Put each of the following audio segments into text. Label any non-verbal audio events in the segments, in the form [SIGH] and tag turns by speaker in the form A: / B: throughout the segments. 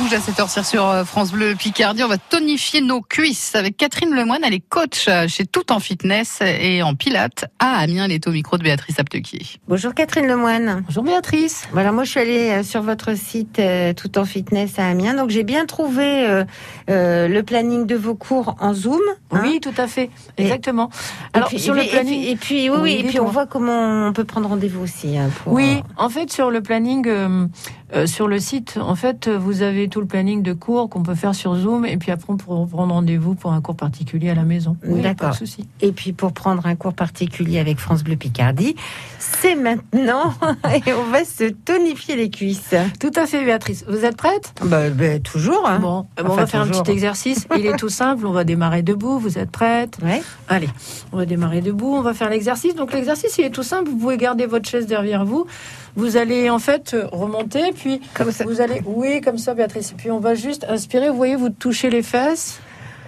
A: Rouge à 7h sur euh, France Bleu Picardie. On va tonifier nos cuisses avec Catherine Lemoine. Elle est coach euh, chez Tout en Fitness et en Pilates à Amiens. Elle est au micro de Béatrice Aptequier.
B: Bonjour Catherine Lemoine.
A: Bonjour Béatrice.
B: Voilà, moi je suis allée euh, sur votre site euh, Tout en Fitness à Amiens. Donc j'ai bien trouvé euh, euh, le planning de vos cours en Zoom. hein.
C: Oui, tout à fait,
B: Et-
C: exactement.
B: Et
C: Alors
B: puis-
C: sur
B: et
C: le
B: puis-
C: planning,
B: Et puis, et puis, oui,
C: Oui,
B: oui, et puis on
C: dites-moi.
B: voit comment on peut prendre rendez-vous aussi. hein, pour,
C: oui, en fait sur le planning, euh, euh, sur le site, en fait euh, vous avez tout le planning de cours qu'on peut faire sur Zoom et puis après on peut prendre rendez-vous pour un cours particulier à la maison. Oui,
B: D'accord.
C: Pas de souci.
B: euh, Et puis pour prendre un cours particulier avec France Bleu Picardie, c'est maintenant [LAUGHS] et on va se tonifier les cuisses.
C: Tout à fait, Béatrice. Vous êtes prête
B: Bah, bah, toujours. Hein.
C: Bon, euh, on
B: Enfin,
C: va faire
B: toujours.
C: un petit exercice. Il est tout simple. On va démarrer debout. Vous êtes prête
B: Ouais.
C: Allez, on va démarrer debout, on va faire l'exercice. Donc l'exercice, il est tout simple, vous pouvez garder votre chaise derrière vous. Vous allez en fait euh, remonter, puis
B: Comme ça.
C: vous allez... Oui, comme ça, Béatrice. Et puis on va juste inspirer, vous voyez, vous touchez les fesses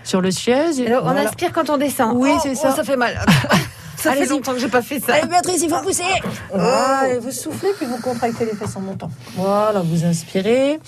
C: sur le siège. et
B: Alors, on
C: voilà.
B: inspire quand on descend. Oh,
C: Oui, c'est ça.
B: fait
C: [LAUGHS]
B: mal. ça fait
C: Allez-y.
B: longtemps que j'ai pas fait ça.
C: Allez, Béatrice, il faut pousser Voilà,
B: Oh.
C: et vous soufflez, puis vous contractez les fesses en montant. Voilà, vous inspirez.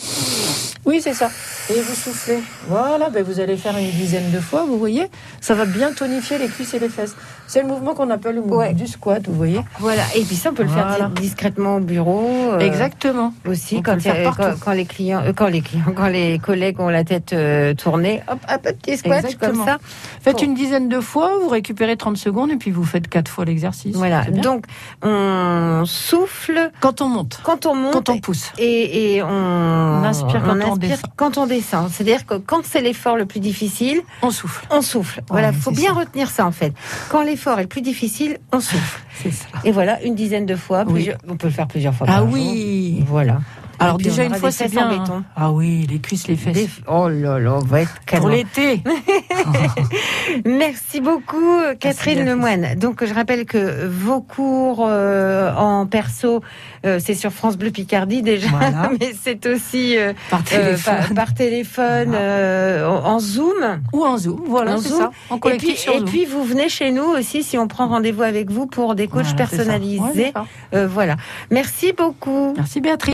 C: Oui, c'est ça. Et vous soufflez. Voilà, ben vous allez faire une dizaine de fois, vous voyez. Ça va bien tonifier les cuisses et les fesses. C'est le mouvement qu'on appelle le mouvement
B: Ouais.
C: du squat, vous voyez.
B: Voilà. Et puis ça, on peut le faire
C: Voilà.
B: di- discrètement au bureau. euh,
C: Exactement.
B: Aussi,
C: On
B: quand,
C: peut le faire
B: euh,
C: partout.
B: quand- quand les clients, euh, quand les clients, [LAUGHS] quand les collègues ont la tête euh, tournée, hop, un petit squat comme
C: Exactement.
B: ça.
C: Faites
B: Bon.
C: une dizaine de fois, vous récupérez 30 secondes et puis vous faites quatre fois l'exercice.
B: Voilà.
C: C'est bien.
B: Donc, on souffle
C: quand on monte,
B: quand on monte.
C: quand on pousse.
B: et, et on,
C: inspire quand on descend.
B: quand on descend. C'est-à-dire que quand c'est l'effort le plus difficile,
C: On souffle.
B: on souffle. Voilà,
C: Ouais,
B: faut
C: c'est
B: bien
C: ça.
B: retenir ça en fait. Quand l'effort est le plus difficile, on souffle.
C: C'est ça.
B: Et voilà, une dizaine de fois.
C: Oui.
B: plusieurs- On peut le faire plusieurs fois.
C: Ah
B: par
C: oui
B: jour. Voilà.
C: Alors
B: Et puis,
C: déjà
B: on aura
C: une fois
B: des
C: c'est
B: fesses en
C: bien. hein.
B: béton.
C: Ah oui, les cuisses, les fesses.
B: Des- Oh là là, on va être
C: Pour
B: canon. [LAUGHS]
C: l'été.
B: Merci beaucoup, euh, Catherine
C: Béatrice.
B: Lemoine. Donc, je rappelle que vos cours euh, en perso, euh, c'est sur France Bleu Picardie déjà,
C: Voilà.
B: [LAUGHS] mais c'est aussi euh,
C: Par
B: euh,
C: téléphone.
B: par, par téléphone,
C: Voilà.
B: euh, en en Zoom.
C: Ou en Zoom. Voilà,
B: En
C: c'est
B: Zoom.
C: ça. En
B: Et
C: collectif
B: puis,
C: sur
B: et
C: Zoom.
B: puis, vous venez chez nous aussi si on prend rendez-vous avec vous pour des coachs
C: Voilà, c'est ça. Ouais,
B: personnalisés.
C: d'accord.
B: Euh, voilà. Merci beaucoup.
C: Merci Béatrice.